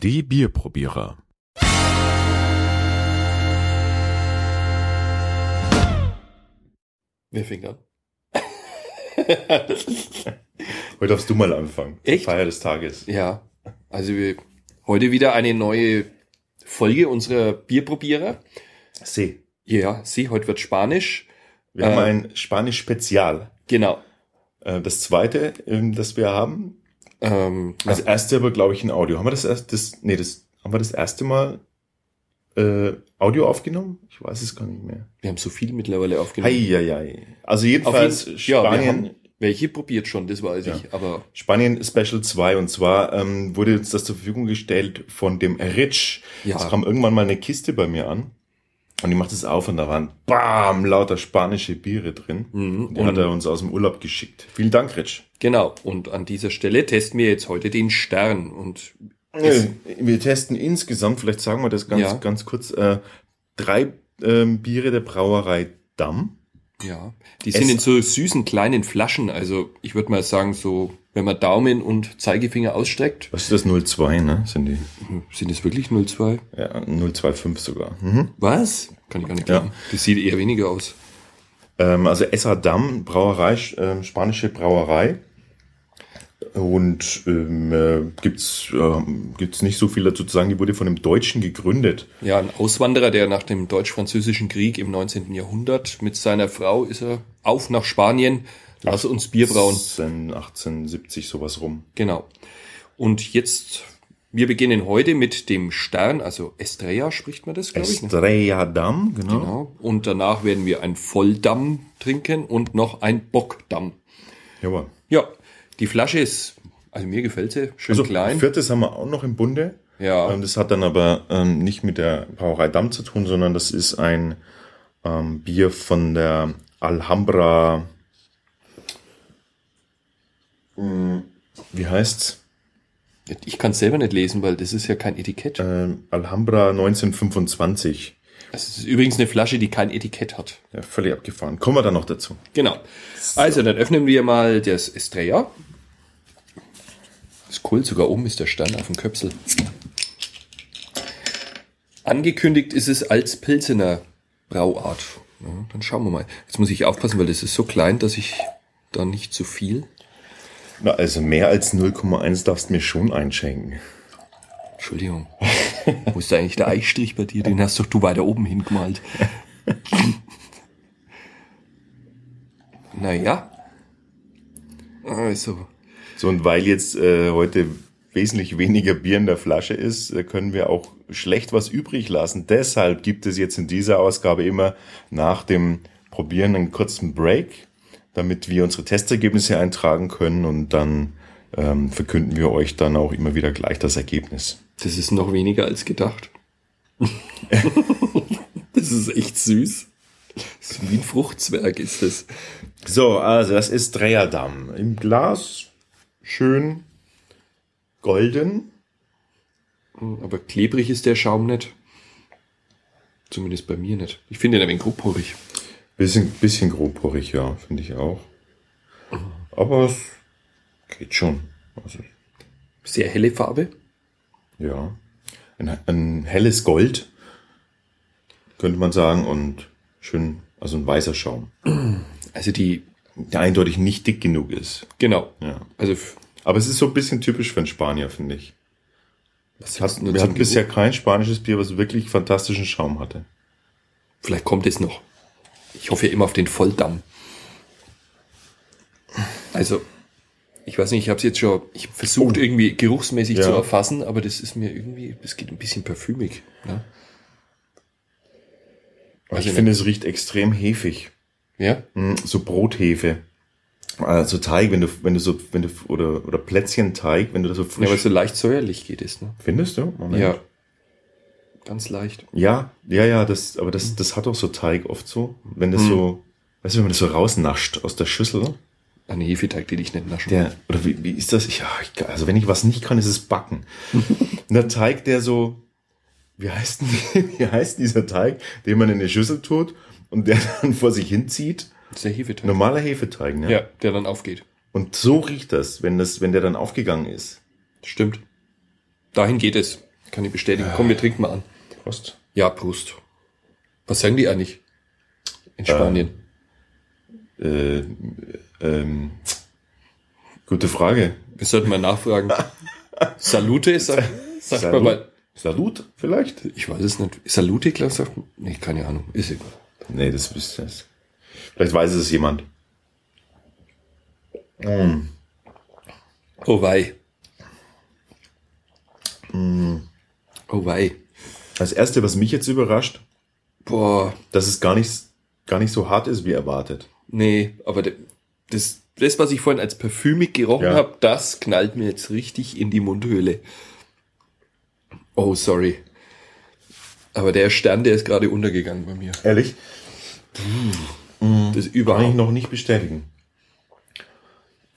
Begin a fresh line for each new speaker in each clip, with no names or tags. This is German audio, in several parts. CD-Bierprobierer
Wer fängt an?
Heute darfst du mal anfangen.
Echt?
Feier des Tages.
ja, also wir, heute wieder eine neue Folge unserer Bierprobierer.
See.
Ja, sie, heute wird Spanisch.
Wir
Äh.
haben ein Spanisch-Spezial.
Genau.
Äh, Das zweite, ähm, das wir haben.
Ähm,
Das erste aber, glaube ich, in Audio. Haben wir das erst, das, nee, das, haben wir das erste Mal äh, Audio aufgenommen? Ich weiß es gar nicht mehr.
wir haben so viel mittlerweile aufgenommen.
Heieiei. Also jedenfalls
Genau. Auf jeden- ja, wir
Spanien,
Welche probiert schon, das weiß
Ja.
ich, aber
Spanien Special 2. Und zwar ähm, wurde uns das zur Verfügung gestellt von dem Rich.
ja,
Es kam irgendwann mal eine Kiste bei mir an. Und ich machte es auf und da waren bam, lauter spanische Biere drin.
Mhm,
Die hat
und-
er uns aus dem Urlaub geschickt. Vielen Dank, Rich.
genau. Und an dieser Stelle testen wir jetzt heute den Stern und es-
Wir testen insgesamt, vielleicht sagen wir das ganz,
Ja.
ganz kurz, äh, drei ähm, Biere der Brauerei Damm.
Ja, die
Es-
sind in so süßen kleinen Flaschen. Also ich würde mal sagen, so wenn man Daumen und Zeigefinger ausstreckt,
Was ist das? 02, ne? Sind die?
sind es wirklich 02?
Ja, 025 sogar. Mhm.
Was? Kann ich gar nicht
Ja.
glauben. Das sieht eher weniger aus.
Ähm, also Essa Damm, Brauerei, ähm, spanische Brauerei. Und ähm, äh, gibt's, ähm, gibt's nicht so viel dazu zu sagen. Die wurde von einem Deutschen gegründet.
Ja, ein Auswanderer, der nach dem Deutsch-Französischen Krieg im 19. Jahrhundert mit seiner Frau ist er auf nach Spanien. Lass uns Bier brauen.
18, 1870 sowas rum.
Genau. Und jetzt, wir beginnen heute mit dem Stern, also Estrella spricht man das, glaube ich. Ne?
Estrella Damm, genau.
Genau. Und danach werden wir ein Volldamm trinken und noch ein Bockdamm.
Jawohl.
Ja, die Flasche ist, also mir gefällt sie, schön
Also
klein.
viertes haben wir auch noch im Bunde.
Ja,
Ähm, das hat dann aber ähm, nicht mit der Brauerei Damm zu tun, sondern das ist ein ähm, Bier von der Alhambra. Hm, Wie heißt's?
ich kann es selber nicht lesen, weil das ist ja kein Etikett.
Ähm, Alhambra 1925.
Das ist übrigens eine Flasche, die kein Etikett hat.
Ja, völlig abgefahren. Kommen wir dann noch dazu.
Genau. Also, dann öffnen wir mal das Estrella. Das Kult sogar oben ist der Stern auf dem Köpsel. Angekündigt ist es als Pilsener Brauart. Ja, dann schauen wir mal. Jetzt muss ich aufpassen, weil das ist so klein, dass ich da nicht zu viel.
Na, also mehr als 0,1 darfst du mir schon einschenken.
Entschuldigung. Wo ist da eigentlich der Eichstrich bei dir? Den hast doch du weiter oben hingemalt. naja. Also,
So, und weil jetzt äh, heute wesentlich weniger Bier in der Flasche ist, äh, können wir auch schlecht was übrig lassen. Deshalb gibt es jetzt in dieser Ausgabe immer nach dem Probieren einen kurzen Break, damit wir unsere Testergebnisse eintragen können und dann ähm, verkünden wir euch dann auch immer wieder gleich das Ergebnis.
das ist noch weniger als gedacht. das ist echt süß. Das ist wie ein Fruchtzwerg ist das.
So, also das ist Dreherdamm. Im Glas schön golden.
Aber klebrig ist der Schaum nicht. Zumindest bei mir nicht. Ich finde den ein wenig grobporig.
Bisschen, bisschen grobporig, ja, finde ich auch. Aber es geht schon. Also,
Sehr helle Farbe.
ja. Ein, ein helles Gold, könnte man sagen, und schön, also ein weißer Schaum,
Also die,
der eindeutig nicht dick genug ist.
genau.
Ja.
Also, f-
Aber es ist so ein bisschen typisch für einen Spanier, finde ich.
was
Wir
hast du
hatten,
nur
wir
zum
hatten bisher
Geruch?
kein spanisches Bier, was wirklich fantastischen Schaum hatte.
Vielleicht kommt es noch. Ich hoffe ja immer auf den Volldamm. Also, ich weiß nicht, ich habe es jetzt schon, ich um. hab versucht irgendwie geruchsmäßig
Ja.
zu erfassen, aber das ist mir irgendwie, das geht ein bisschen parfümig. Ne?
Aber
Also
ich finde, es riecht extrem hefig.
Ja?
Mm, so Brothefe. Also Teig, wenn du, wenn du so, wenn du, oder, oder Plätzchenteig, wenn du das so
ja,
frisch.
weil es so leicht säuerlich geht es. Ne?
Findest du? Moment.
Ja. Ganz leicht.
Ja, ja, ja, das, aber das, das hat auch so Teig oft so. Wenn
Hm.
das so, weißt du, wenn man das so rausnascht aus der Schüssel,
Eine Ah, Hefeteig, die dich nicht naschen.
der, oder wie, wie ist das? Ich, ja, ich, also wenn ich was nicht kann, ist es Backen. Und der Teig, der so, wie heißt denn, wie heißt dieser Teig, den man in eine Schüssel tut und der dann vor sich hinzieht?
Das ist der Hefeteig.
Normaler Hefeteig, ne?
Ja, der dann aufgeht.
Und so riecht das, wenn das, wenn der dann aufgegangen ist.
Stimmt. Dahin geht es. Kann ich bestätigen. Komm, wir trinken mal an.
Prost.
Ja, Prost. Was sagen die eigentlich? In Spanien.
Äh, ähm, gute Frage.
Wir sollten mal nachfragen. Salute, sag, sagt man mal.
Salut vielleicht?
Ich weiß es nicht. Salute, glaube ich, sagt man. Nee, keine Ahnung. Ist egal.
Nee, das ist das. Vielleicht weiß es jemand.
Oh wei.
Mm.
Oh wei.
Das erste, was mich jetzt überrascht,
Boah,
dass es gar nicht, gar nicht so hart ist, wie erwartet.
nee, aber de- das, das was ich vorhin als parfümig gerochen
Ja.
habe, das knallt mir jetzt richtig in die Mundhöhle. Oh, sorry. Aber der Stern, der ist gerade untergegangen bei mir.
Ehrlich? Hm.
Das
Kann ich
überhaupt.
noch nicht bestätigen.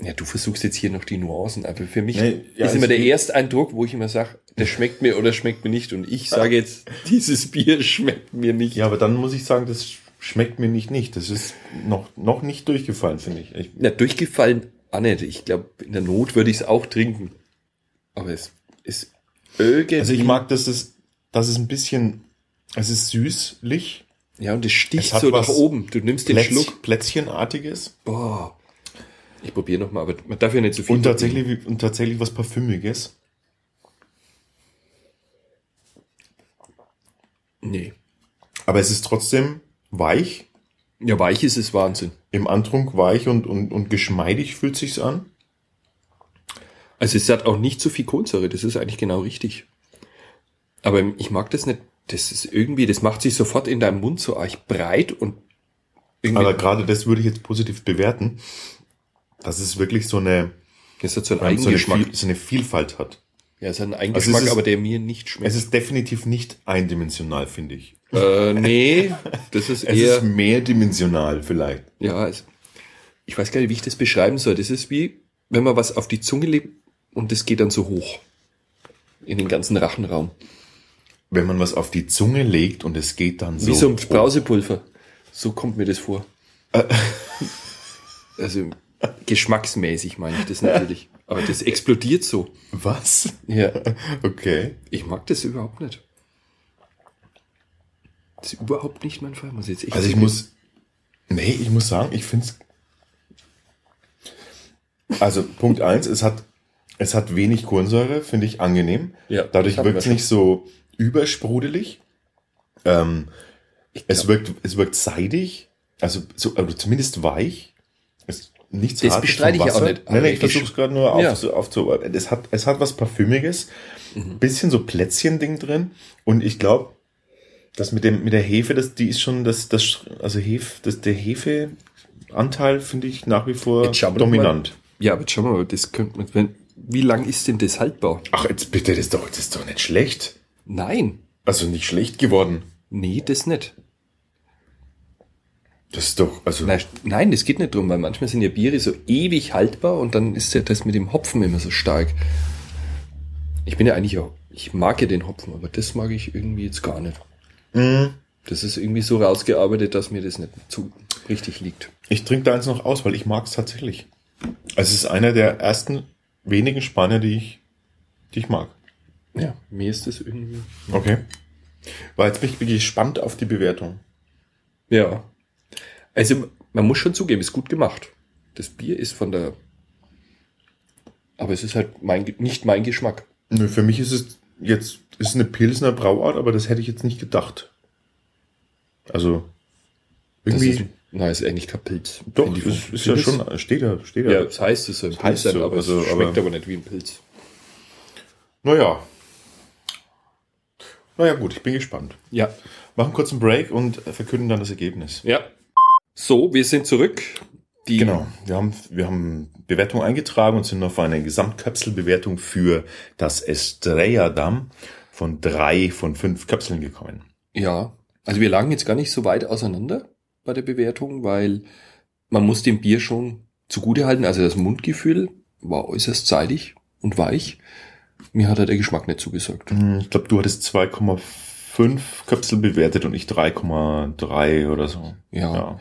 Ja, du versuchst jetzt hier noch die Nuancen, aber für mich
Nee, ja, also
ist immer
es
der
geht-
Ersteindruck, wo ich immer sage, das schmeckt mir oder schmeckt mir nicht. Und ich sage jetzt, dieses Bier schmeckt mir nicht.
Ja, aber dann muss ich sagen, das schmeckt mir nicht nicht. Das ist noch, noch nicht durchgefallen, finde ich. ich.
Na, durchgefallen auch nicht. Ich glaube, in der Not würde ich es auch trinken. Aber es ist irgendwie...
Also ich mag, dass es, dass es ein bisschen, es ist süßlich,
Ja, und es
Es
sticht
hat
so nach
was
oben. Du nimmst den
Plätz,
Schluck.
plätzchenartiges
Boah. Ich probiere nochmal, aber man darf ja nicht zu viel
und
probieren.
tatsächlich, und tatsächlich was Parfümiges.
Nee.
Aber es ist trotzdem weich,
Ja, weich ist es Wahnsinn.
im Antrunk weich und, und, und geschmeidig fühlt sich's an.
Also es hat auch nicht so viel Kohlensäure, das ist eigentlich genau richtig. Aber ich mag das nicht. Das ist irgendwie, das macht sich sofort in deinem Mund so arg breit und irgendwie.
Aber gerade das würde ich jetzt positiv bewerten, dass es wirklich so eine,
das hat so einen
so eine,
Eigengeschmack.
Viel, so eine Vielfalt hat.
ja, es hat einen
es
Eigengeschmack,
ist-
aber der mir nicht schmeckt.
Es ist definitiv nicht eindimensional, finde ich.
äh, nee, das ist
Es
eher.
ist mehrdimensional vielleicht.
Ja, es, ich weiß gar nicht, wie ich das beschreiben soll. Das ist wie, wenn man was auf die Zunge legt und das geht dann so hoch. In den ganzen Rachenraum.
Wenn man was auf die Zunge legt und es geht dann so.
wie so ein
hoch.
Brausepulver. So kommt mir das vor. also geschmacksmäßig meine ich das natürlich. Aber das explodiert so.
Was?
Ja,
Okay.
ich mag das überhaupt nicht. Das ist überhaupt nicht mein Fall. Muss ich jetzt echt
Also ich
zugeben.
muss. Nee, ich muss sagen, ich finde es. Also Punkt eins, es hat, es hat wenig Kohlensäure, finde ich angenehm.
Ja,
Dadurch
das hatten
wirkt es
wir
nicht so übersprudelig. Ähm,
Ich
es,
glaub-
wirkt, es wirkt seidig, also so, oder zumindest weich. Es, nichts
Das bestreite ich ja auch nicht,
Nein,
aber
nein, ich
ich-
versuche es gerade nur
Ja.
auf, aufzuarbeiten. Es hat, es hat was Parfümiges,
Mhm.
bisschen so Plätzchen-Ding drin. Und ich glaube, das mit dem mit der Hefe, das die ist schon das das also Hefe, das der Hefeanteil finde ich nach wie vor
Jetzt schauen wir
dominant.
ja, aber jetzt schau mal, das könnte man. Wenn, wie lang ist denn das haltbar?
Ach jetzt bitte, das ist doch das ist doch nicht schlecht.
Nein.
Also nicht schlecht geworden.
Nee, das nicht.
Das ist doch also
Na, nein, das geht nicht drum, weil manchmal sind ja Biere so ewig haltbar und dann ist ja das mit dem Hopfen immer so stark. Ich bin ja eigentlich auch, ich mag ja den Hopfen, aber das mag ich irgendwie jetzt gar nicht. Das ist irgendwie so rausgearbeitet, dass mir das nicht zu richtig liegt.
ich trinke da eins noch aus, weil ich mag es tatsächlich. Also es ist einer der ersten wenigen Spanier, die ich die ich mag.
Ja, mir ist das irgendwie.
Okay. Weil jetzt bin ich wirklich gespannt auf die Bewertung.
Ja. Also, man muss schon zugeben, ist gut gemacht. Das Bier ist von der. Aber es ist halt mein, nicht mein Geschmack.
Nö, für mich ist es jetzt ist eine Pilsner Brauart, aber das hätte ich jetzt nicht gedacht. Also
Das
irgendwie
ist, nein, ist eigentlich kein Pilz.
Doch,
Finde ich-
ist, ist ja
Pilz?
schon, steht da, steht da.
Ja, das heißt, es soll ein
Das
Pilz
heißt
sein,
so,
aber
also,
es schmeckt
aber-
aber, nicht wie ein Pilz.
Naja. Naja, gut, ich bin gespannt.
Ja.
Machen kurz einen Break und verkünden dann das Ergebnis.
Ja. So, wir sind zurück. Die,
Genau, wir haben, wir haben Bewertung eingetragen und sind auf eine Gesamtköpselbewertung für das Estrella Damm von drei von fünf Köpseln gekommen.
Ja. Also wir lagen jetzt gar nicht so weit auseinander bei der Bewertung, weil man muss dem Bier schon zugutehalten. Also das Mundgefühl war äußerst seidig und weich. Mir hat er der Geschmack nicht zugesagt.
Hm, Ich glaube, du hattest 2,5 Köpsel bewertet und ich 3,3 oder so.
Ja.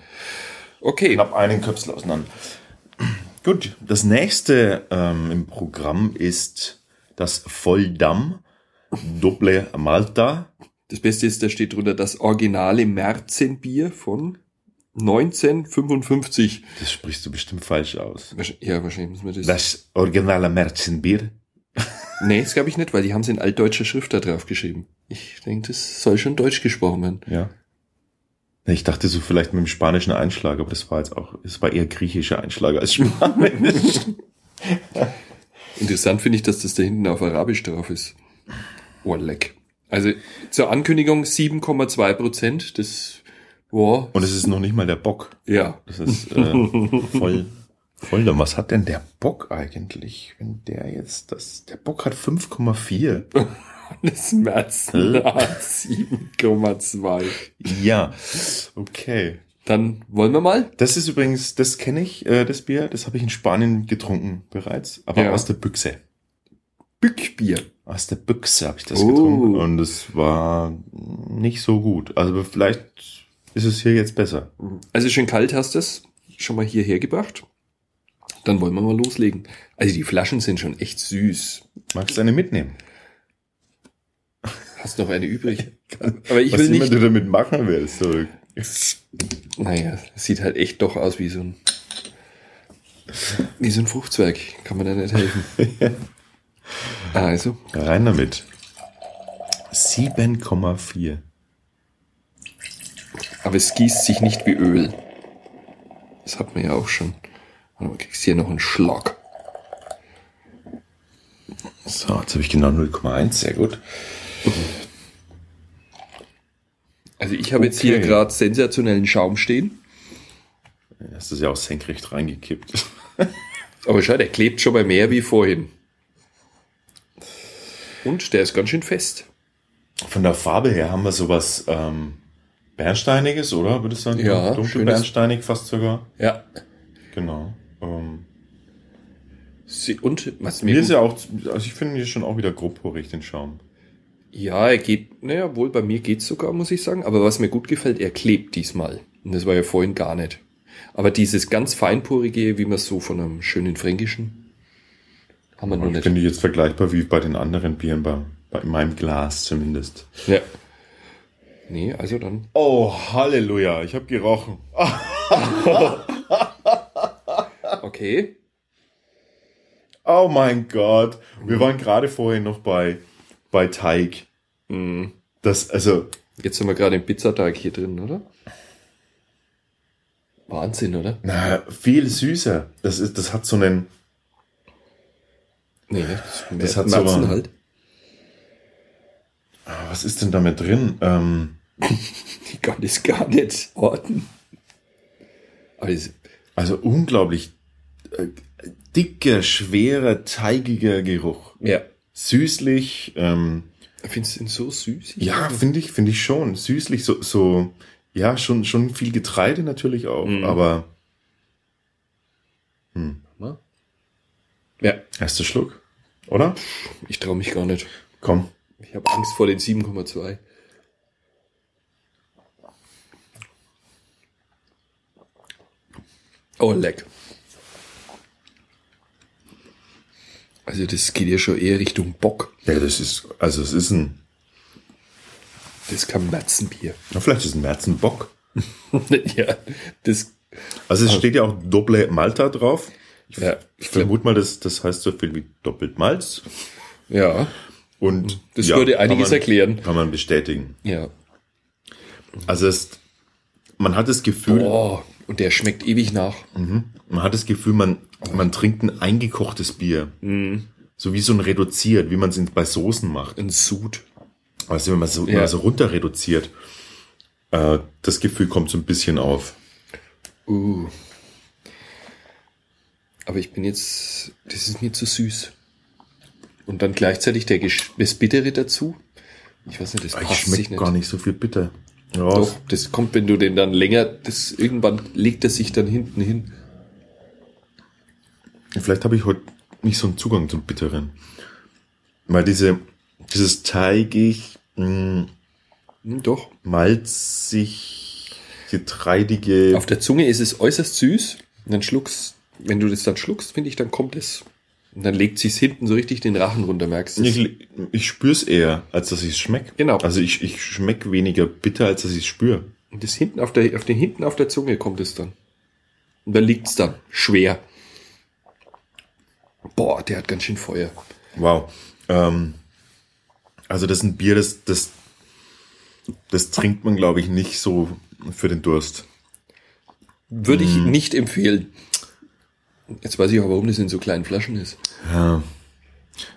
Okay.
knapp einen Köpsel auseinander. Gut, das nächste ähm, im Programm ist das Volldamm Doble Malta.
Das Beste ist, da steht drunter das originale Märzenbier von 1955.
Das sprichst du bestimmt falsch aus.
Wahrsch- Ja, wahrscheinlich müssen wir das.
Das originale Märzenbier.
Nee, das glaube ich nicht, weil die haben es in altdeutscher Schrift da drauf geschrieben. Ich denke, das soll schon deutsch gesprochen werden.
Ja. Ich dachte so vielleicht mit dem spanischen Einschlag, aber das war jetzt auch, es war eher griechischer Einschlag als spanisch.
Interessant finde ich, dass das da hinten auf Arabisch drauf ist. Oh, leck. Also zur Ankündigung 7,2 Prozent. Das, boah,
Und es ist noch nicht mal der Bock.
ja.
Das ist äh, voll, voll. dumm. Was hat denn der Bock eigentlich? Wenn der jetzt das, der Bock hat 5,4.
Das Märzen hat 7,2.
Ja. Okay.
Dann wollen wir mal.
Das ist übrigens, das kenne ich, äh, das Bier, das habe ich in Spanien getrunken bereits, aber
Ja.
aus der Büchse.
Bückbier.
Aus der Büchse habe ich das
Oh.
getrunken und es war nicht so gut. Also vielleicht ist es hier jetzt besser.
Also schön kalt hast du es schon mal hierher gebracht. Dann wollen wir mal loslegen. Also die Flaschen sind schon echt süß.
Magst du eine mitnehmen?
Hast noch eine übrig? Aber ich
Was
will
immer
nicht.
du damit machen willst. So.
Naja, es sieht halt echt doch aus wie so ein wie so ein Fruchtzwerg. Kann man da nicht helfen. also,
Rein damit. 7,4.
aber es gießt sich nicht wie Öl. Das hat man ja auch schon. Und du kriegst hier noch einen Schlag.
So, jetzt habe ich genau 0,1. Sehr gut.
Also ich habe jetzt
Okay.
hier gerade sensationellen Schaum stehen.
Hast du es ja auch senkrecht reingekippt.
Aber schau, der klebt schon mal mehr wie vorhin. Und der ist ganz schön fest.
Von der Farbe her haben wir sowas ähm, Bernsteiniges, oder? Würde ich sagen?
Ja,
Dunkel
schönes-
Bernsteinig fast sogar.
Ja.
Genau. Ähm,
Sie- Und was
mir
mir
ist ja auch, also ich finde hier schon auch wieder grobporig, den Schaum.
Ja, er geht, naja, wohl bei mir geht's sogar, muss ich sagen. Aber was mir gut gefällt, er klebt diesmal. Und das war ja vorhin gar nicht. Aber dieses ganz feinporige, wie man so von einem schönen Fränkischen, haben wir noch
Ich
nicht.
finde ich jetzt vergleichbar wie bei den anderen Bieren, bei, bei in meinem Glas zumindest.
Ja. Nee, also dann.
Oh, Halleluja, ich habe gerochen.
Okay.
Oh mein Gott. Wir waren gerade vorhin noch bei, bei Teig. Mhm. Das, also,
Jetzt sind wir gerade im Pizzateig hier drin, oder? Wahnsinn, oder?
na, viel süßer. Das ist, das hat so einen,
Nee, ne, das,
Das hat
Märzen
sogar-
halt.
ah, was ist denn damit drin? Ähm,
Die kann das gar nicht orten. Aber das,
also unglaublich äh, dicker, schwerer, teigiger Geruch.
ja.
Süßlich, ähm,
Findest du ihn so süß?
ja, finde ich, finde ich schon. Süßlich, so, so, ja, schon, schon viel Getreide natürlich auch,
Mhm.
aber
Ja.
erster Schluck, oder?
Ich traue mich gar nicht.
Komm.
Ich habe Angst vor den 7,2. Oh, leck. Also das geht ja schon eher Richtung Bock.
Ja, das ist, also es ist ein,
Das ist kein Matzenbier.
na, vielleicht ist es ein Märzenbock.
ja, das...
Also es steht ja auch Doble Malta drauf. Ich,
Ja,
ich vermute mal, das, das heißt so viel wie doppelt Malz.
Ja,
Und
Das
ja,
würde
kann
einiges
man,
erklären.
Kann man bestätigen.
ja.
Also es, man hat das Gefühl,
Oh, und der schmeckt ewig nach.
Hm? man hat das Gefühl, man, man trinkt ein eingekochtes Bier.
Mhm.
So wie so ein reduziert, wie man es in- bei Soßen macht.
Ein Sud.
Also wenn man so,
Ja.
ja. so runter reduziert, äh, das Gefühl kommt so ein bisschen auf.
Uh. Aber ich bin jetzt, das ist mir zu süß. Und dann gleichzeitig der Gesch das Bittere dazu. Ich weiß nicht, das passt
Ah, Ich
sich
schmeckt
nicht.
gar nicht so viel bitter. Raus.
Doch, das kommt, wenn du den dann länger, das irgendwann legt er sich dann hinten hin.
Vielleicht habe ich heute nicht so einen Zugang zum Bitteren. Weil diese, dieses teigig, mh,
Hm, doch.
malzig, getreidige.
Auf der Zunge ist es äußerst süß. Und dann schluckst, wenn du das dann schluckst, finde ich, dann kommt es. Und dann legt sich's hinten so richtig den Rachen runter, merkst du?
Ich, ich spür's eher, als dass ich es schmecke.
Genau.
Also ich, ich schmecke weniger bitter, als dass ich es spüre.
Und das hinten auf der, auf den hinten auf der Zunge kommt es dann. Und da liegt's dann. Schwer. Boah, der hat ganz schön Feuer.
Wow. Ähm, also das ist ein Bier, das, das, das trinkt man, glaube ich, nicht so für den Durst.
Würde
Mhm.
ich nicht empfehlen. Jetzt weiß ich auch, warum das in so kleinen Flaschen ist.
Ja.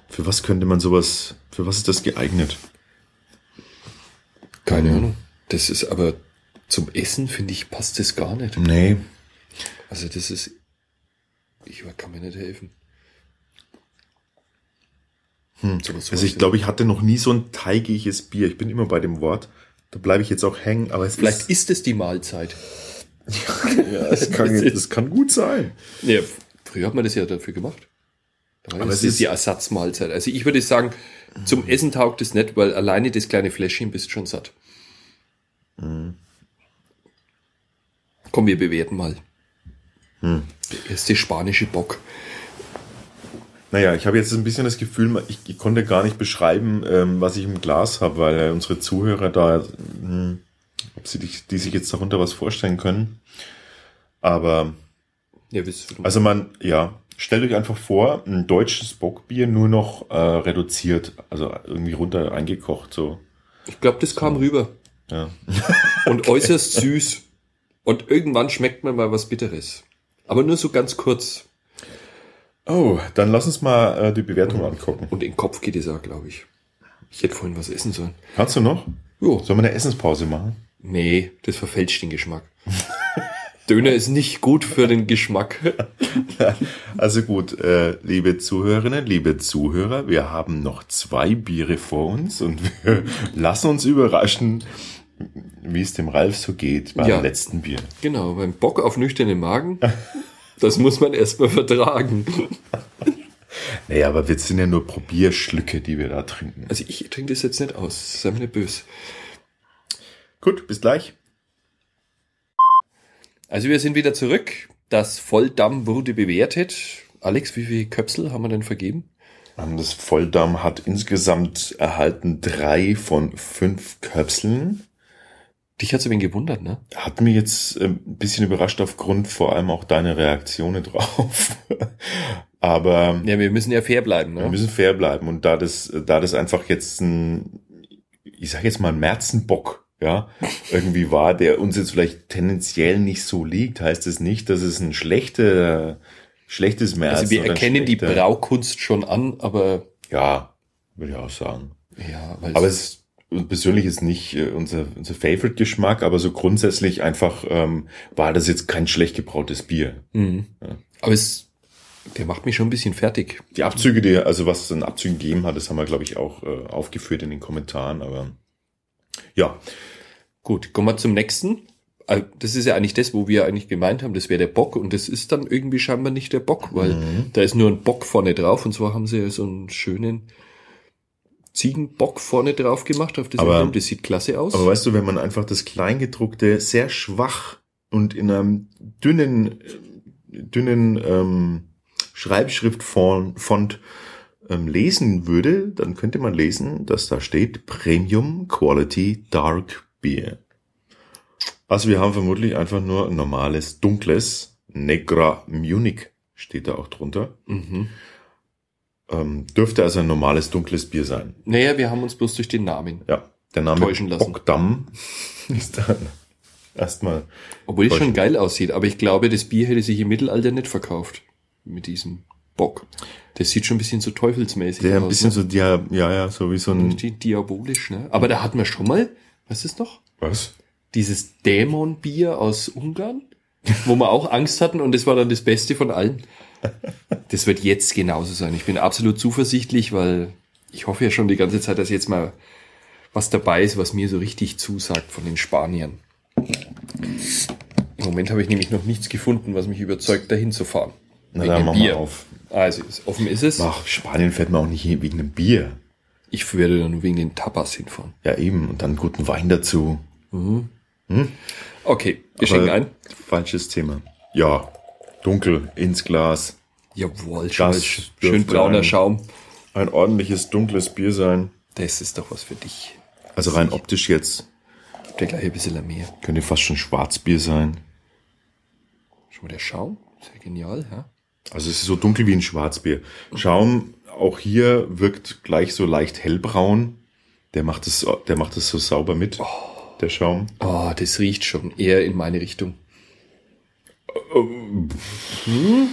Für was könnte man sowas, für was ist das geeignet?
Keine
Mhm.
Ahnung. Das ist aber zum Essen, finde ich, passt das gar nicht.
Nee.
Also das ist. Ich kann mir nicht helfen.
Hm.
So was
Also ich
weiß
glaube, ich hatte noch nie so ein teigiges Bier. Ich bin immer bei dem Wort. Da bleibe ich jetzt auch hängen, aber es
Vielleicht ist es die Mahlzeit.
ja, es kann,
es ist-
es kann gut sein.
Ja, früher hat man das ja dafür gemacht. Da war
Aber
das
es
ist
ist-
die Ersatzmahlzeit. Also ich würde sagen, zum Essen taugt es nicht, weil alleine das kleine Fläschchen bist schon satt.
Mhm.
Komm, wir bewerten mal.
Hm.
Der erste spanische Bock.
Naja, ich habe jetzt ein bisschen das Gefühl, ich, ich konnte gar nicht beschreiben, ähm, was ich im Glas habe, weil äh, unsere Zuhörer da, mh, ob sie dich, die sich jetzt darunter was vorstellen können. Aber,
Ja, wisst ihr,
also man, ja, stellt euch einfach vor, ein deutsches Bockbier nur noch äh, reduziert, also irgendwie runter eingekocht, so.
ich glaube, das kam rüber.
Ja.
Und äußerst süß. Und irgendwann schmeckt man mal was Bitteres. Aber nur so ganz kurz.
Oh, dann lass uns mal äh, die Bewertung angucken.
Und in den Kopf geht es auch, glaube ich. Ich hätte vorhin was essen sollen.
Kannst du noch?
Jo.
Sollen wir eine Essenspause machen?
Nee, das verfälscht den Geschmack. Döner ist nicht gut für den Geschmack.
Also gut, äh, liebe Zuhörerinnen, liebe Zuhörer, wir haben noch zwei Biere vor uns und wir lassen uns überraschen, wie es dem Ralf so geht beim
Ja.
letzten Bier.
Genau, beim Bock auf nüchternen Magen, das muss man erstmal vertragen.
Naja, aber wir sind ja nur Probierschlücke, die wir da trinken.
Also ich trinke das jetzt nicht aus, sei mir nicht böse.
Gut, bis gleich.
Also wir sind wieder zurück. Das Volldamm wurde bewertet. Alex, wie viele Köpsel haben wir denn vergeben?
Ähm, Das Volldamm hat insgesamt erhalten drei von fünf Köpseln.
Dich hat's es wenig gewundert, ne?
Hat mich jetzt äh, ein bisschen überrascht aufgrund vor allem auch deiner Reaktionen drauf. aber
Ja, wir müssen ja fair bleiben,
Wir
ne?
müssen fair bleiben und da das, da das einfach jetzt ein, ich sag jetzt mal ein Märzenbock, ja, irgendwie war, der uns jetzt vielleicht tendenziell nicht so liegt, heißt es nicht, dass es ein schlechter, schlechtes Märzen
Also wir
oder ein
erkennen die
schlechter-
Braukunst schon an, aber
Ja, würde ich auch sagen.
ja, weil
Aber es ist persönlich ist nicht äh, unser, unser Favorite-Geschmack, aber so grundsätzlich einfach ähm, war das jetzt kein schlecht gebrautes Bier.
Mhm.
Ja.
aber es, der macht mich schon ein bisschen fertig.
Die Abzüge, die, also was es an Abzügen gegeben hat, das haben wir, glaube ich, auch äh, aufgeführt in den Kommentaren, aber ja,
Gut, kommen wir zum nächsten. Äh, Das ist ja eigentlich das, wo wir eigentlich gemeint haben, das wäre der Bock und das ist dann irgendwie scheinbar nicht der Bock, weil
Mhm.
da ist nur ein Bock vorne drauf und zwar haben sie ja so einen schönen Ziegenbock vorne drauf gemacht auf das
Aber-
Emblem. Das sieht klasse aus.
Aber weißt du, wenn man einfach das Kleingedruckte sehr schwach und in einem dünnen, äh, dünnen ähm, Schreibschriftfont Font, ähm, lesen würde, dann könnte man lesen, dass da steht Premium Quality Dark Beer. Also wir haben vermutlich einfach nur ein normales, dunkles Negra Munich steht da auch drunter.
mhm.
Ähm, dürfte also ein normales, dunkles Bier sein.
Naja, wir haben uns bloß durch den Namen.
Ja, der Name
Täuschen lassen.
Bockdamm ist dann erstmal
Obwohl es schon
Täuschend.
geil aussieht, aber ich glaube, das Bier hätte sich im Mittelalter nicht verkauft mit diesem Bock. Das sieht schon ein bisschen so teufelsmäßig
der
aus.
ein bisschen
ne?
so dia, ja ja so wie so ein
Richtig diabolisch, ne? Aber da hatten wir schon mal, was ist noch?
was
Dieses Dämonbier aus Ungarn, wo wir auch Angst hatten und das war dann das Beste von allen. Das wird jetzt genauso sein. Ich bin absolut zuversichtlich, weil ich hoffe ja schon die ganze Zeit, dass jetzt mal was dabei ist, was mir so richtig zusagt von den Spaniern. Im Moment habe ich nämlich noch nichts gefunden, was mich überzeugt, dahin zu fahren.
na
Wegen
dann
dem
mach mal
Bier.
auf
Also, ist- offen ist es.
nach Spanien fährt man auch nicht hin wegen einem Bier
Ich werde dann nur wegen den Tapas hinfahren.
ja eben und dann guten Wein dazu
Okay, wir schenken
Aber
ein.
falsches Thema ja dunkel ins Glas
Jawohl, schön,
Das
schön
dürfte
brauner
ein-
Schaum.
Ein ordentliches, dunkles Bier sein.
Das ist doch was für dich.
Also rein optisch jetzt.
Der gleiche bisschen mehr.
Könnte fast schon Schwarzbier sein.
Schon mal der Schaum? Sehr genial, ja.
Also es ist so dunkel wie ein Schwarzbier. Schaum, auch hier wirkt gleich so leicht hellbraun. Der macht es, der macht es so sauber mit. Der Schaum.
Oh, das riecht schon eher in meine Richtung.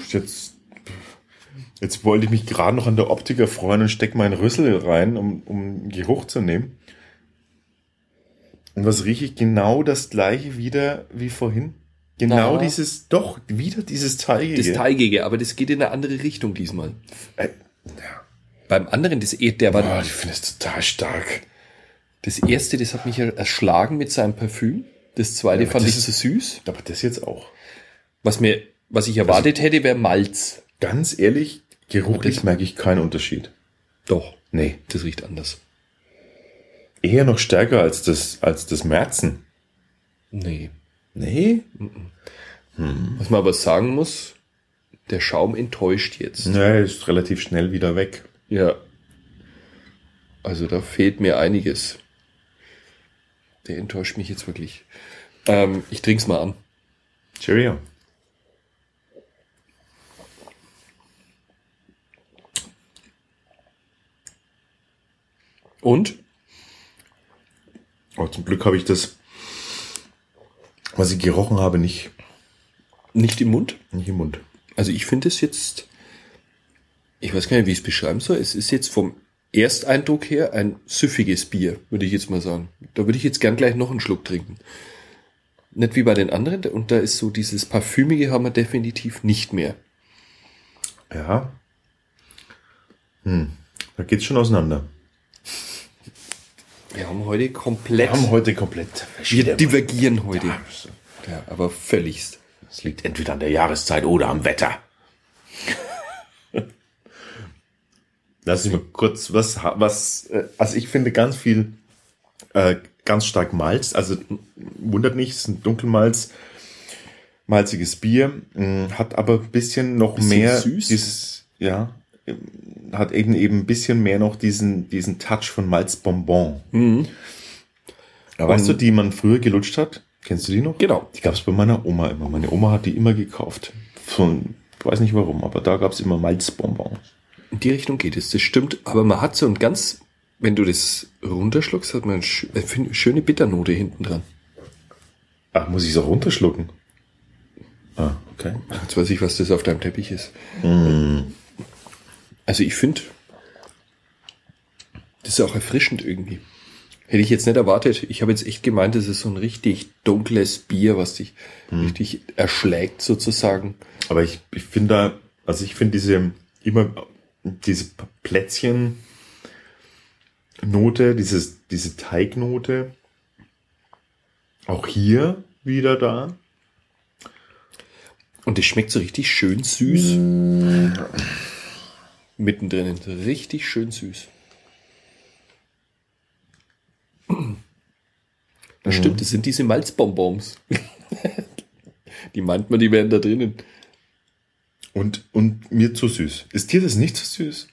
Jetzt, jetzt wollte ich mich gerade noch an der Optik erfreuen und steck meinen Rüssel rein, um, um Geruch zu nehmen. Und was rieche ich? Genau das gleiche wieder wie vorhin. Genau
Ah.
dieses, doch, wieder dieses Teigige.
Das Teigige, aber das geht in eine andere Richtung diesmal.
Äh,
Beim anderen, das, eh- der
oh,
war,
ich finde es total stark.
das erste, das hat mich er- erschlagen mit seinem Parfüm. Das zweite
Ja, aber
fand
das
ich
ist-
zu süß.
Aber das jetzt auch.
Was mir, was ich
Also
erwartet hätte, wäre Malz.
Ganz ehrlich, geruchlich
Das-
merke ich keinen Unterschied.
Doch,
Nee.
das riecht anders.
Eher noch stärker als das, als das Märzen.
Nee.
Nee?
Was man aber sagen muss, der Schaum enttäuscht jetzt.
Nee, ist relativ schnell wieder weg.
Ja. Also da fehlt mir einiges. Der enttäuscht mich jetzt wirklich. Ähm, ich trink's mal an.
Cheerio.
Und?
Aber Oh, zum Glück habe ich das, was ich gerochen habe, nicht,
Nicht im Mund?
nicht im Mund.
Also ich finde es jetzt, ich weiß gar nicht, wie ich es beschreiben soll. Es ist jetzt vom Ersteindruck her ein süffiges Bier, würde ich jetzt mal sagen. Da würde ich jetzt gern gleich noch einen Schluck trinken. Nicht wie bei den anderen. Und da ist so dieses Parfümige haben wir definitiv nicht mehr.
Ja. Hm. Da geht's schon auseinander.
Wir haben heute komplett,
Wir haben heute komplett
wir
verschiedene.
divergieren heute. Ja, aber völligst.
Es liegt entweder an der Jahreszeit oder am Wetter. Lass mich mal kurz was, ha- was, äh, also ich finde ganz viel, äh, ganz stark Malz, also wundert nicht, es ist ein Dunkelmalz, malziges Bier, mh, hat aber ein bisschen noch
Bisschen
mehr
süß.
dieses, ja, ähm, hat eben eben ein bisschen mehr noch diesen, diesen Touch von Malzbonbon. Weißt du, die man früher gelutscht hat? Kennst du die noch?
Genau.
Die gab es bei meiner Oma immer. Meine Oma hat die immer gekauft. Von, ich weiß nicht warum, aber da gab es immer Malzbonbons.
In die Richtung geht es, das stimmt. Aber man hat so ein ganz, wenn du das runterschluckst, hat man eine schö- äh, find- schöne Bitternote hinten dran.
Ach, Ah, muss ich es auch runterschlucken? Ah, okay.
Jetzt weiß ich, was das auf deinem Teppich ist. Hm. Also ich finde, das ist auch erfrischend irgendwie. Hätte ich jetzt nicht erwartet. Ich habe jetzt echt gemeint, das ist so ein richtig dunkles Bier, was dich richtig erschlägt sozusagen.
Aber ich, ich finde da, also ich finde diese, immer diese Plätzchen Note, dieses, diese Teignote, auch hier wieder da.
Und das schmeckt so richtig schön süß. Mittendrin. so Richtig schön süß. Das stimmt, das sind diese Malzbonbons. die meint man, die wären da drinnen.
Und, und mir zu süß. Ist dir das nicht zu süß?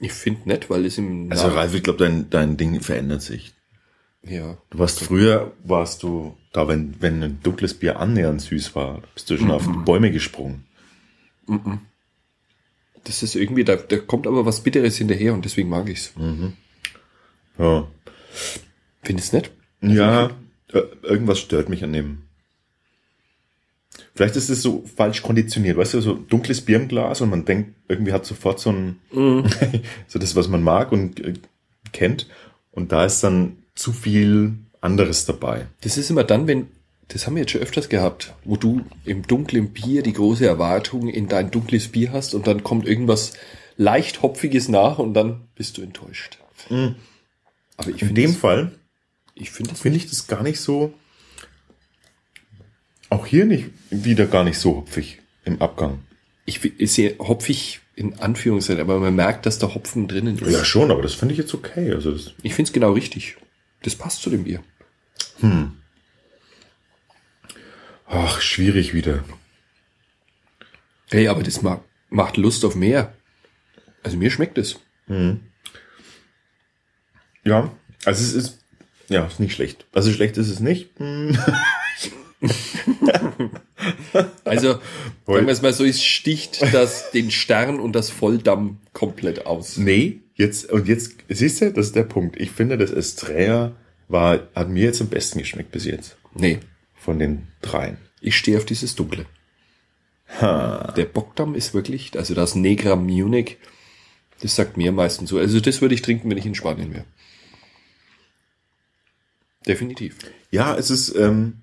Ich finde nicht, weil es im
Also
Namen-
Ralf, ich glaube, dein, dein Ding verändert sich.
ja.
Du warst früher, warst du da, wenn, wenn ein dunkles Bier annähernd süß war, bist du schon auf die Bäume gesprungen.
Das ist irgendwie, da, da kommt aber was Bitteres hinterher und deswegen mag ich's.
Ja,
Findest du nicht?
ja äh, irgendwas stört mich an dem. Vielleicht ist es so falsch konditioniert, weißt du, so dunkles Bier im Glas und man denkt, irgendwie hat sofort so ein, so das, was man mag und äh, kennt. Und da ist dann zu viel anderes dabei.
Das ist immer dann, wenn, das haben wir jetzt schon öfters gehabt, wo du im dunklen Bier die große Erwartung in dein dunkles Bier hast und dann kommt irgendwas leicht Hopfiges nach und dann bist du enttäuscht. Aber ich
Mhm. In
finde
dem
das,
Fall
ich finde das
finde ich das gar nicht so. Auch hier nicht wieder gar nicht so hopfig im Abgang.
ich fi- ist sehr hopfig in Anführungszeichen, aber man merkt, dass da Hopfen drinnen ist.
Ja, schon, aber das finde ich jetzt okay. Also das,
Ich finde es genau richtig. Das passt zu dem Bier.
ach, schwierig wieder.
Hey, aber das ma macht Lust auf mehr. Also mir schmeckt es.
Ja, also es ist, ja, ist nicht schlecht. Also schlecht ist es nicht. Hm.
Also, sagen wir es mal so, es sticht das, den Stern und das Volldamm komplett aus.
Nee, jetzt, und jetzt, siehst du, das ist der Punkt. Ich finde, das Estrella war, hat mir jetzt am besten geschmeckt bis jetzt.
Nee,
Von den dreien.
ich stehe auf dieses Dunkle. Der Bockdamm ist wirklich, also das Negra Munich, das sagt mir am meisten so. Also das würde ich trinken, wenn ich in Spanien wäre. Definitiv.
Ja, es ist, ähm,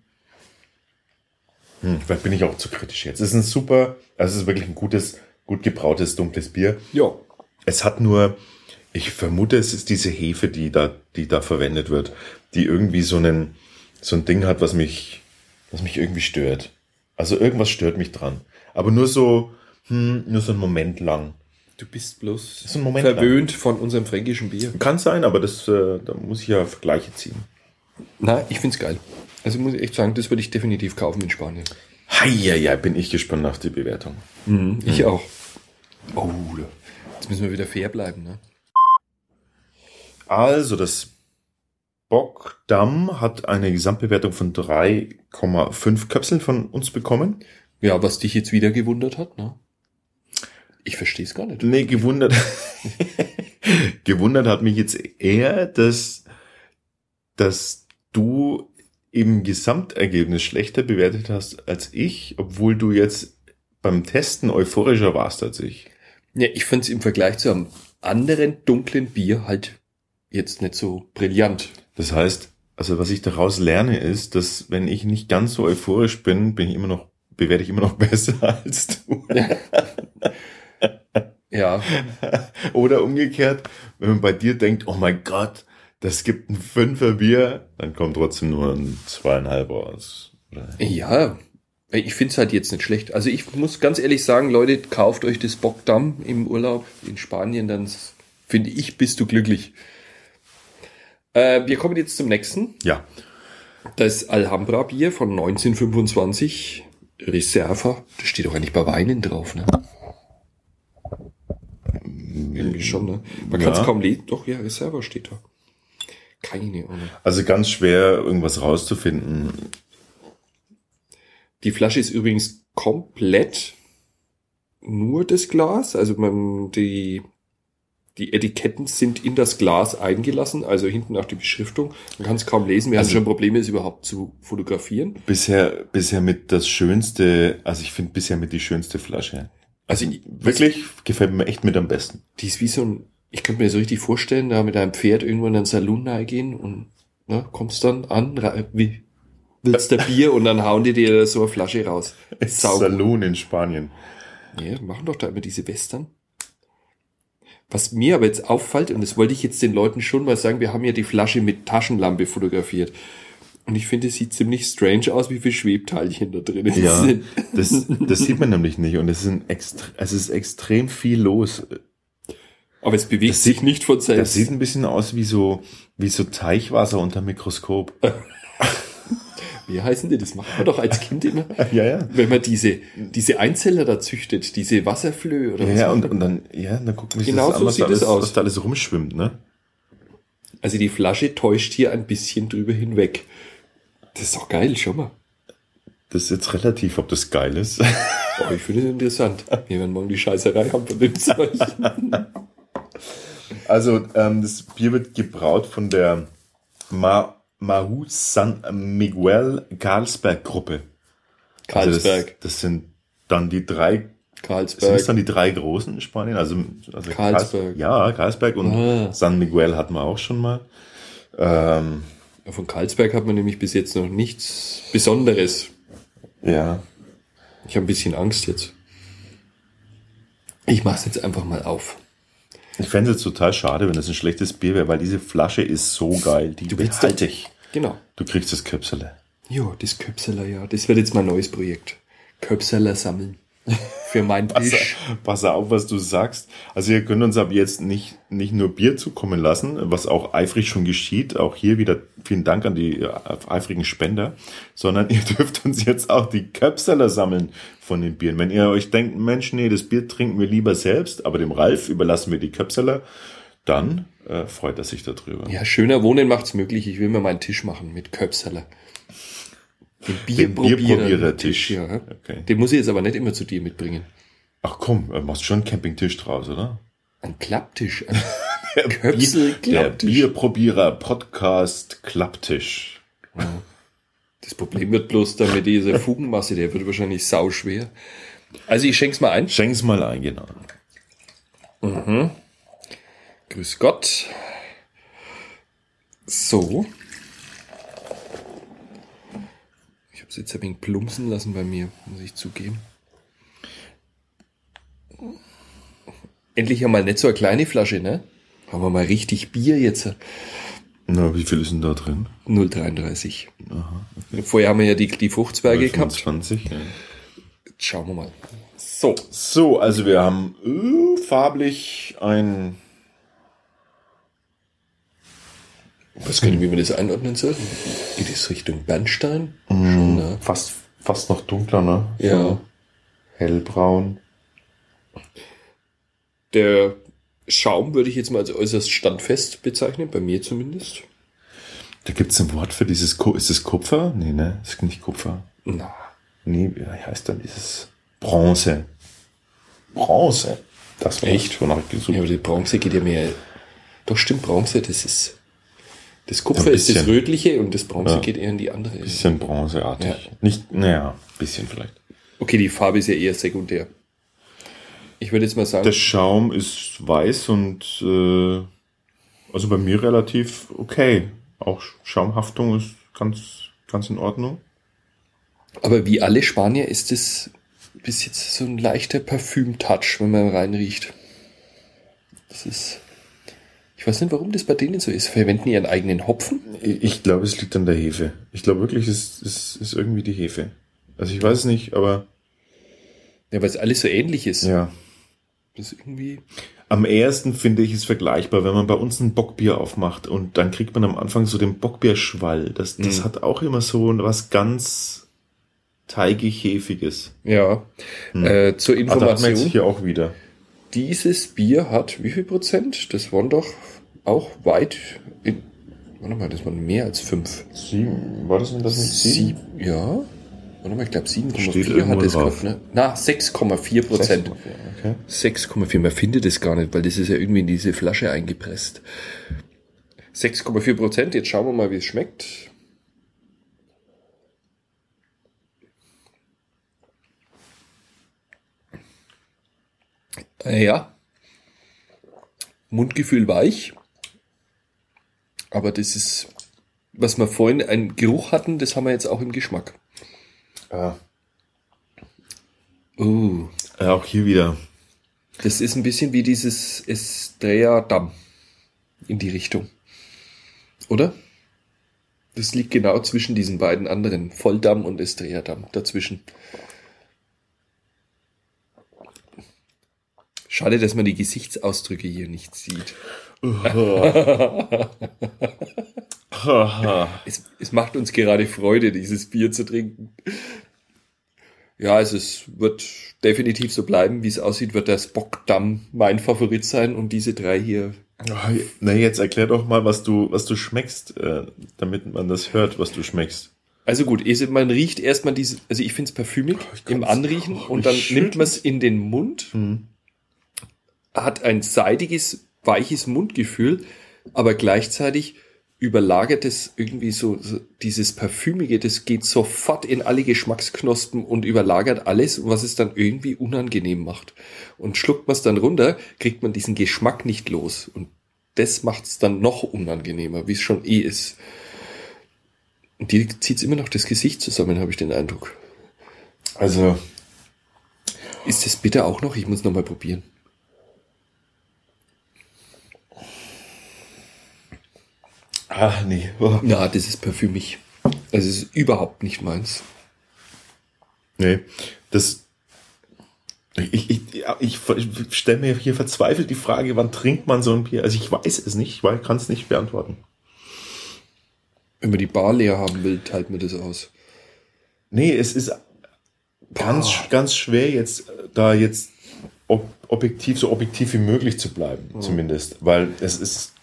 hm, vielleicht bin ich auch zu kritisch jetzt. Es ist ein super, also es ist wirklich ein gutes, gut gebrautes, dunkles Bier.
Ja.
Es hat nur, ich vermute, es ist diese Hefe, die da, die da verwendet wird, die irgendwie so einen, so ein Ding hat, was mich, was mich irgendwie stört. Also irgendwas stört mich dran. Aber nur so, hm, nur so einen Moment lang.
Du bist bloß
ist ein Moment
verwöhnt von unserem fränkischen Bier.
Kann sein, aber das, äh, da muss ich ja Vergleiche ziehen.
Na, ich find's geil. Also muss ich echt sagen, das würde ich definitiv kaufen in Spanien.
Hei, ja, bin ich gespannt nach der Bewertung. Mhm.
Ich auch. Oh, jetzt müssen wir wieder fair bleiben, ne?
Also, das Bockdamm hat eine Gesamtbewertung von 3,5 Köpseln von uns bekommen.
Ja, was dich jetzt wieder gewundert hat, ne? Ich verstehe es gar nicht.
Nee, gewundert. gewundert hat mich jetzt eher, dass, dass du im Gesamtergebnis schlechter bewertet hast als ich, obwohl du jetzt beim Testen euphorischer warst als ich.
Ja, ich find's im Vergleich zu einem anderen dunklen Bier halt jetzt nicht so brillant.
Das heißt, also was ich daraus lerne ist, dass wenn ich nicht ganz so euphorisch bin, bin ich immer noch, bewerte ich immer noch besser als du.
Ja,
Oder umgekehrt, wenn man bei dir denkt, oh mein Gott, das gibt ein Fünfer Bier, dann kommt trotzdem nur ein zweieinhalb raus. Oder-
ja. Ich find's halt jetzt nicht schlecht. Also ich muss ganz ehrlich sagen, Leute, kauft euch das Bockdamm im Urlaub in Spanien, dann s- finde ich, bist du glücklich. Äh, wir kommen jetzt zum nächsten.
Ja,
Das Alhambra-Bier von 1925, Reserva. Das steht doch eigentlich bei Weinen drauf, ne? Irgendwie schon, ne? Man
Hm, Ja.
kann es kaum lesen. Doch, ja, Reserva steht da. Keine Ahnung.
also ganz schwer irgendwas rauszufinden.
Die Flasche ist übrigens komplett nur das Glas. Also man, die, die Etiketten sind in das Glas eingelassen, also hinten auch die Beschriftung. Man kann es kaum lesen. Wir
Also-
haben schon Probleme, es überhaupt zu fotografieren.
Bisher, bisher mit das schönste, also ich finde bisher mit die schönste Flasche.
Also ich-
Wirklich gefällt mir echt mit am besten.
die ist wie so ein, ich könnte mir so richtig vorstellen, da mit einem Pferd irgendwo in einen Saloon reingehen und ne, kommst dann an, ra- wie, willst der Bier und dann hauen die dir so eine Flasche raus. Sau-
Saloon in Spanien.
Ja, machen doch da immer diese Western. Was mir aber jetzt auffällt, und das wollte ich jetzt den Leuten schon mal sagen, wir haben ja die Flasche mit Taschenlampe fotografiert. Und ich finde, es sieht ziemlich strange aus, wie viel Schwebteilchen da drin
Ja,
sind.
das, das sieht man nämlich nicht und es ist, ein extre, es ist extrem viel los.
Aber es bewegt
Das
sich
sieht-
nicht von selbst.
Das sieht ein bisschen aus wie so, wie so Teichwasser unter Mikroskop.
wie heißen die? Das macht man doch als Kind immer.
Ja, ja.
Wenn man diese, diese Einzeller da züchtet, diese Wasserflöhe oder
Ja,
was.
ja, und,
man-
und dann, ja, dann gucken wir
Genau so
was, da
sieht
alles,
es aus.
was da alles rumschwimmt, ne?
also die Flasche täuscht hier ein bisschen drüber hinweg. Das ist doch geil, schau mal.
Das ist jetzt relativ, ob das geil ist.
Boah, Oh, ich finde das interessant. Wir werden morgen die Scheißerei haben von dem Zeug.
Also, ähm, das Bier wird gebraut von der Ma Mahu San Miguel Carlsberg Gruppe.
Karlsberg.
Also das, das sind dann die drei, sind es
Karlsberg.
dann die drei großen in Spanien? Also, also
Carlsberg.
Carls- Ja, Carlsberg und
Ah.
San Miguel hatten wir auch schon mal. Ähm,
Von Karlsberg hat man nämlich bis jetzt noch nichts Besonderes.
ja.
Ich habe ein bisschen Angst jetzt. Ich mache es jetzt einfach mal auf.
Ich fände es jetzt total schade, wenn das ein schlechtes Bier wäre, weil diese Flasche ist so geil. Die
Du willst
behalte
doch-
ich.
Genau.
Du kriegst das Köpsele.
Ja, das Köpseler, ja. Das wird jetzt mein neues Projekt. Köpseler sammeln. für meinen
Pass,
Tisch.
pass auf, was du sagst. Also ihr könnt uns ab jetzt nicht, nicht nur Bier zukommen lassen, was auch eifrig schon geschieht. Auch hier wieder vielen Dank an die äh, eifrigen Spender, sondern ihr dürft uns jetzt auch die Köpseler sammeln von den Bieren. Wenn ihr euch denkt, Mensch, nee, das Bier trinken wir lieber selbst, aber dem Ralf überlassen wir die Köpseler, dann äh, freut er sich darüber.
Ja, schöner Wohnen macht's möglich. Ich will mir meinen Tisch machen mit Köpseler. Den
Den
Bierprobierertisch.
Bierprobierertisch.
Ja.
Okay.
Den muss ich jetzt aber nicht immer zu dir mitbringen.
Ach komm, äh, machst schon einen Campingtisch draus, oder?
Ein Klapptisch. Ein Köpsel
Der
Klapptisch.
Bierprobierer Podcast Klapptisch.
Das Problem wird bloß dann mit dieser Fugenmasse, der wird wahrscheinlich sauschwer. Also ich schenk's mal ein.
Schenk's mal ein, genau.
Grüß Gott. So. Ich habe es jetzt ein wenig plumpsen lassen bei mir, muss ich zugeben. Endlich einmal nicht so eine kleine Flasche, ne? Haben wir mal richtig Bier jetzt.
Na, wie viel ist denn da drin?
0,33. Vorher haben wir ja die, die Fruchtzwerge gehabt.
25. Ja.
Jetzt schauen wir mal. So.
So, also wir haben äh, farblich ein.
Was können wir, wie wir das einordnen soll? Geht es Richtung Bernstein? Schon, ne?
Fast, fast noch dunkler, ne?
Ja.
Hellbraun.
Der Schaum würde ich jetzt mal als äußerst standfest bezeichnen, bei mir zumindest.
Da gibt's ein Wort für dieses. Ku ist es Kupfer? Nee, ne? Ist nicht Kupfer.
Na,
Nee, wie heißt dann dieses? Bronze. Bronze. Das war
Echt?
Wonach ich gesucht
ja, aber
habe.
die Bronze geht ja mehr. Doch stimmt, Bronze, das ist. Das
Ja,
Kupfer
ein
ist das
bisschen.
Rötliche und das Bronze
Ja.
geht eher in die andere. Richtung.
Bisschen bronzeartig. Nicht, naja, bisschen vielleicht.
Okay, die Farbe ist ja eher sekundär. Ich würde jetzt mal sagen,
Der Schaum ist weiß und äh, also bei mir relativ okay. Auch Schaumhaftung ist ganz, ganz in Ordnung.
aber wie alle Spanier ist es bis jetzt so ein leichter Parfüm-Touch, wenn man reinriecht. Das ist. Ich weiß nicht, warum das bei denen so ist. Verwenden die ihren eigenen Hopfen?
Ich, ich glaube, es liegt an der Hefe. Ich glaube wirklich, es es ist irgendwie die Hefe. Also ich weiß es nicht, aber
Ja, weil es alles so ähnlich ist.
ja.
Das ist irgendwie.
Am ehesten finde ich es vergleichbar, wenn man bei uns ein Bockbier aufmacht und dann kriegt man am Anfang so den Bockbierschwall. Das, das
Mhm.
hat auch immer so was ganz teigig-hefiges.
Ja. Äh, zur
Ah, da hat man jetzt
Information,
hier auch wieder.
dieses Bier hat wie viel Prozent? Das waren doch auch weit. In, warte mal, das waren mehr als fünf.
Sieben, war das denn das nicht sieben?
Sieb- ja. Warte mal, ich glaube
Steht
7,4
irgendwo
hat das
drauf.
gehabt, ne? Na, 6,4 Prozent.
Okay.
6,4, man findet es gar nicht, weil das ist ja irgendwie in diese Flasche eingepresst. 6,4 Prozent, jetzt schauen wir mal, wie es schmeckt. Äh, Ja. Mundgefühl weich. Aber das ist, was wir vorhin einen Geruch hatten, das haben wir jetzt auch im Geschmack.
Ah,
Uh,
ja, auch hier wieder.
Das ist ein bisschen wie dieses Estrella Damm in die Richtung. Oder? Das liegt genau zwischen diesen beiden anderen, Volldamm und Estrella Damm, dazwischen. Schade, dass man die Gesichtsausdrücke hier nicht sieht. Es, es macht uns gerade Freude, dieses Bier zu trinken. Ja, also es wird definitiv so bleiben, wie es aussieht, wird das Bockdamm mein Favorit sein und diese drei hier.
Na, jetzt erklär doch mal, was du, was du schmeckst, äh, damit man das hört, was du schmeckst.
Also gut, es- man riecht erstmal diese, also ich finde es parfümig im Anriechen
oh,
und dann
ich
nimmt man es in den Mund, hat ein seidiges, weiches Mundgefühl, aber gleichzeitig überlagert es irgendwie so, so dieses Parfümige, das geht sofort in alle Geschmacksknospen und überlagert alles, was es dann irgendwie unangenehm macht. Und schluckt man es dann runter, kriegt man diesen Geschmack nicht los. Und das macht es dann noch unangenehmer, wie es schon eh ist. Und dir zieht's immer noch das Gesicht zusammen, habe ich den Eindruck.
Also,
Ist das bitter auch noch? Ich muss noch mal probieren.
ah, nee. Oh.
Na, das ist parfümig. Also es ist überhaupt nicht meins.
Nee, das, Ich, ich, ja, ich, ich stelle mir hier verzweifelt die Frage, wann trinkt man so ein Bier? Also ich weiß es nicht, weil ich kann es nicht beantworten.
Wenn man die Bar leer haben will, teilt mir das aus.
Nee, es ist ganz,
Boah.
ganz schwer jetzt, da jetzt ob, objektiv, so objektiv wie möglich zu bleiben, zumindest. Weil es ist,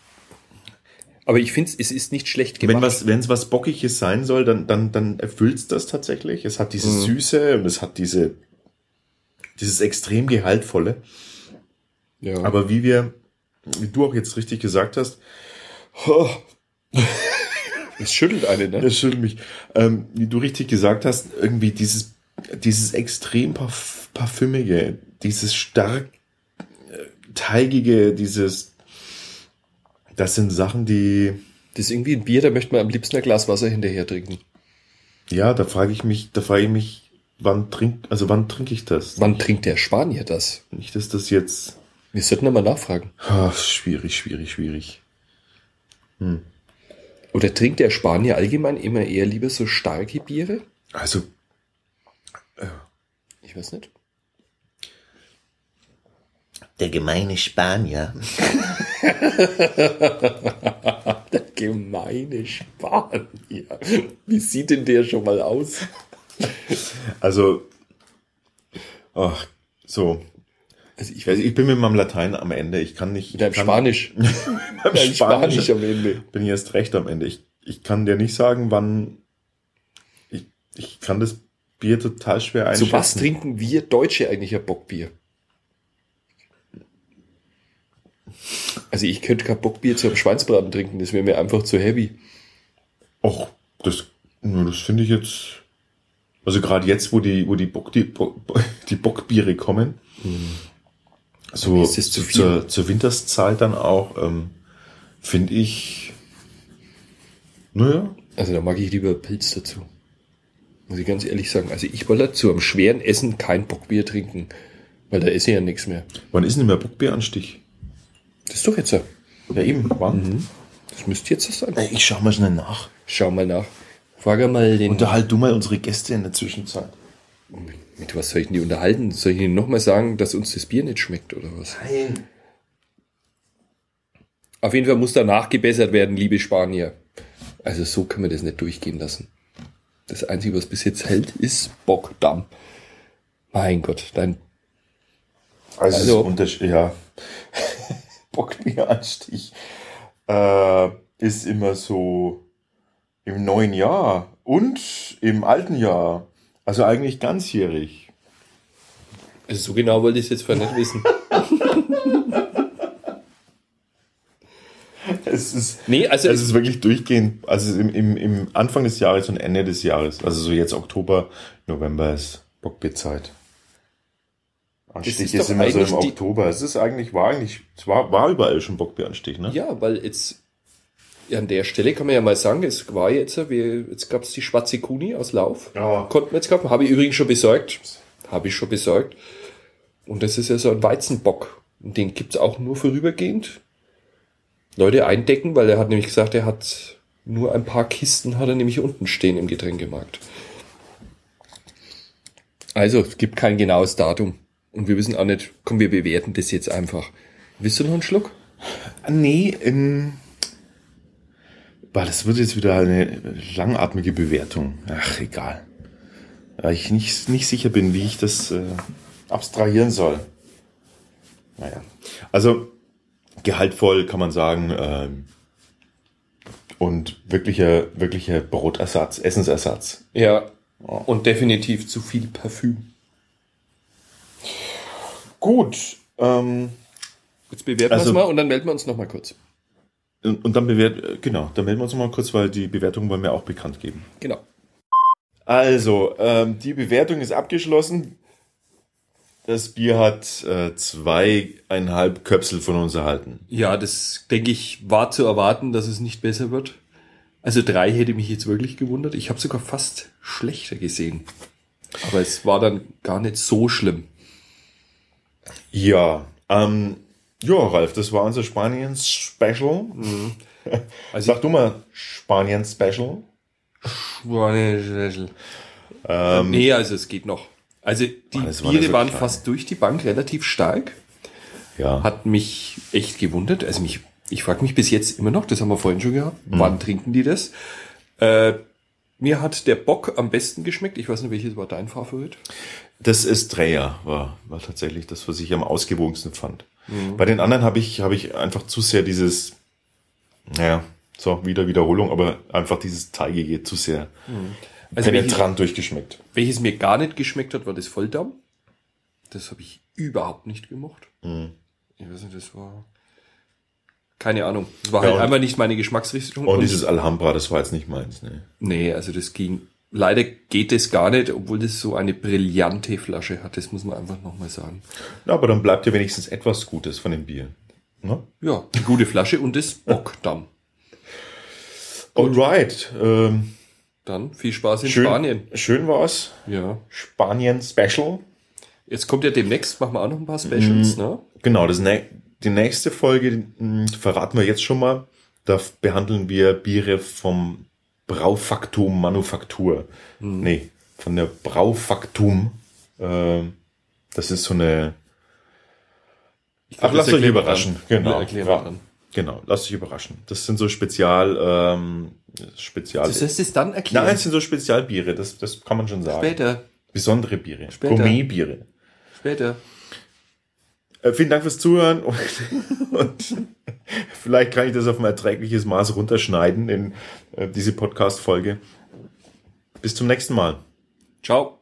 Aber ich finde, es ist nicht schlecht
wenn
gemacht.
was, wenn es was Bockiges sein soll, dann, dann, dann erfüllt's das tatsächlich. Es hat diese Süße und es hat diese, dieses extrem gehaltvolle.
ja.
Aber wie wir, wie du auch jetzt richtig gesagt hast, oh,
es schüttelt eine, ne?
das schüttelt mich, ähm, wie du richtig gesagt hast, irgendwie dieses, dieses extrem parf parfümige, dieses stark äh, teigige, dieses, das sind Sachen, die,
Das ist irgendwie ein Bier, da möchte man am liebsten ein Glas Wasser hinterher trinken.
ja, da frage ich mich, da frage ich mich, wann trink, also wann trinke ich das?
Wann trinkt der Spanier das?
Nicht, dass das jetzt,
Wir sollten da mal nachfragen.
Ah, schwierig, schwierig, schwierig.
Oder trinkt der Spanier allgemein immer eher lieber so starke Biere?
Also,
Ich weiß nicht.
Der gemeine Spanier.
Der gemeine Spanier. Wie sieht denn der schon mal aus?
also, ach, so,
Also ich
Ich, weiß,
weiß
ich bin mit meinem Latein am Ende. Ich kann nicht.
mit deinem
ich kann,
Spanisch. Mit
Beim
deinem
Spanisch,
Spanisch am Ende.
bin ich erst recht am Ende. Ich, ich kann dir nicht sagen, wann. Ich, ich kann das Bier total schwer einschätzen.
Zu was trinken wir Deutsche eigentlich ein Bockbier? Also ich könnte kein Bockbier zum Schweinsbraten trinken, das wäre mir einfach zu heavy.
Och, das, nö, das finde ich jetzt. Also gerade jetzt, wo die, wo die, Bock, die, Bock, die Bockbiere kommen, so
Mhm. Ist das zu viel?
Zur, zur Winterszeit dann auch, ähm, finde ich. Naja,
Also da mag ich lieber Pilz dazu. Muss ich ganz ehrlich sagen. Also ich wollte zu einem schweren Essen kein Bockbier trinken, weil da esse ich ja nichts mehr.
wann ist denn mehr Bockbieranstich?
Das ist doch jetzt so.
Ja, eben, wann?
Mhm. Das müsste jetzt so sein.
Ey, Ich schau mal schnell nach.
Schau mal nach. Frage mal den.
Unterhalt du mal unsere Gäste in der Zwischenzeit.
Mit was soll ich denn die unterhalten? Soll ich ihnen nochmal sagen, dass uns das Bier nicht schmeckt oder was?
Nein.
Auf jeden Fall muss danach gebessert werden, liebe Spanier. Also so können wir das nicht durchgehen lassen. Das Einzige, was bis jetzt hält, ist Bockdamm. Mein Gott, dein
Also, es ist
Also-
untersch- ja. Bockbieranstich äh, ist immer so im neuen Jahr und im alten Jahr. Also eigentlich ganzjährig.
Also so genau wollte ich es jetzt vorher nicht wissen.
Es ist,
Nee, also
es ist wirklich durchgehend, also im, im, im Anfang des Jahres und Ende des Jahres. Also so jetzt Oktober, November ist Bockbierzeit. Anstich
ist
ist,
doch
immer so
eigentlich
im
die-
Oktober. Es ist eigentlich, war eigentlich, es war, war überall schon Bockbieranstich, ne?
ja, weil jetzt an der Stelle kann man ja mal sagen, es war jetzt, äh, wir, jetzt gab es die schwarze Kuni aus Lauf.
Ja.
Konnten wir jetzt kaufen. Habe ich übrigens schon besorgt. Habe ich schon besorgt. Und das ist ja so ein Weizenbock. Und den gibt's auch nur vorübergehend. Leute eindecken, weil er hat nämlich gesagt, er hat nur ein paar Kisten hat er nämlich unten stehen im Getränkemarkt. Also, es gibt kein genaues Datum. Und wir wissen auch nicht, komm, wir bewerten das jetzt einfach. Willst du noch einen Schluck?
Nee, ähm. Boah, das wird jetzt wieder eine langatmige Bewertung. Ach, egal. Weil ich nicht, nicht sicher bin, wie ich das äh, abstrahieren soll. Naja. Also, gehaltvoll kann man sagen. Ähm, und wirklicher, wirklicher Brotersatz, Essensersatz.
Ja. Und definitiv zu viel Parfüm.
Gut. Ähm,
Jetzt bewerten
Also-
wir es mal und dann melden wir uns nochmal kurz.
und, und dann bewert, genau, dann melden wir uns noch mal kurz, weil die Bewertung wollen wir auch bekannt geben.
Genau.
Also, ähm, die Bewertung ist abgeschlossen. Das Bier hat äh, zweieinhalb Köpsel von uns erhalten.
Ja, das denke ich war zu erwarten, dass es nicht besser wird. Also drei hätte mich jetzt wirklich gewundert. Ich habe sogar fast schlechter gesehen. Aber es war dann gar nicht so schlimm.
Ja, ähm, ja, Ralf, das war unser Spaniens-Special.
Mhm. Also
Sag du mal, Spaniens-Special.
ich war nicht ähm, Nee, also es geht noch. Also die
Mann, das war
Biere
ja so
waren
klein.
fast durch die Bank relativ stark.
Ja.
Hat mich echt gewundert. Also mich, ich frage mich bis jetzt immer noch, das haben wir vorhin schon gehabt,
Mhm.
wann trinken die das? Äh, mir hat der Bock am besten geschmeckt. Ich weiß nicht, welches war dein Favorit?
Das Estrella war, war tatsächlich das, was ich am ausgewogensten fand.
Mhm.
Bei den anderen habe ich, habe ich einfach zu sehr dieses, naja, so wieder Wiederholung, aber einfach dieses Teigige zu sehr
Also welches,
penetrant durchgeschmeckt.
welches mir gar nicht geschmeckt hat, war das Volldamm. Das habe ich überhaupt nicht gemocht.
Mhm.
Ich weiß nicht, das war... Keine Ahnung. Das war
Ja,
halt
und-
einmal nicht meine Geschmacksrichtung.
Und dieses Alhambra, das war jetzt nicht meins, ne?
Nee, also das ging. Leider geht es gar nicht, obwohl das so eine brillante Flasche hat. Das muss man einfach nochmal sagen.
Ja, aber dann bleibt ja wenigstens etwas Gutes von dem Bier. Ne?
Ja, eine gute Flasche und das Bockdamm.
Alright. Ähm,
Dann viel Spaß in
schön,
Spanien.
Schön war's.
Ja.
Spanien Special.
Jetzt kommt ja demnächst, machen wir auch noch ein paar Specials, ne?
Genau, das nä- die nächste Folge mh, verraten wir jetzt schon mal. Da f- behandeln wir Biere vom Braufaktum Manufaktur. Nee, von der Braufaktum. Ähm, das ist so eine.
Ich
Ach,
glaub,
lasst
das
euch
erklären wir
überraschen.
Dann.
Genau.
Genau. Erklären
Ja.
wir dann.
Genau, lasst euch überraschen. Das sind so Spezial. Ähm, Spezial.
Du sollst es dann erklären.
Nein, das sind so Spezialbiere, das, das kann man schon sagen.
Später,
Besondere Biere.
Später.
Gourmetbiere.
später.
Äh, vielen Dank fürs Zuhören und, und vielleicht kann ich das auf ein erträgliches Maß runterschneiden in äh, diese Podcast-Folge. Bis zum nächsten Mal.
Ciao.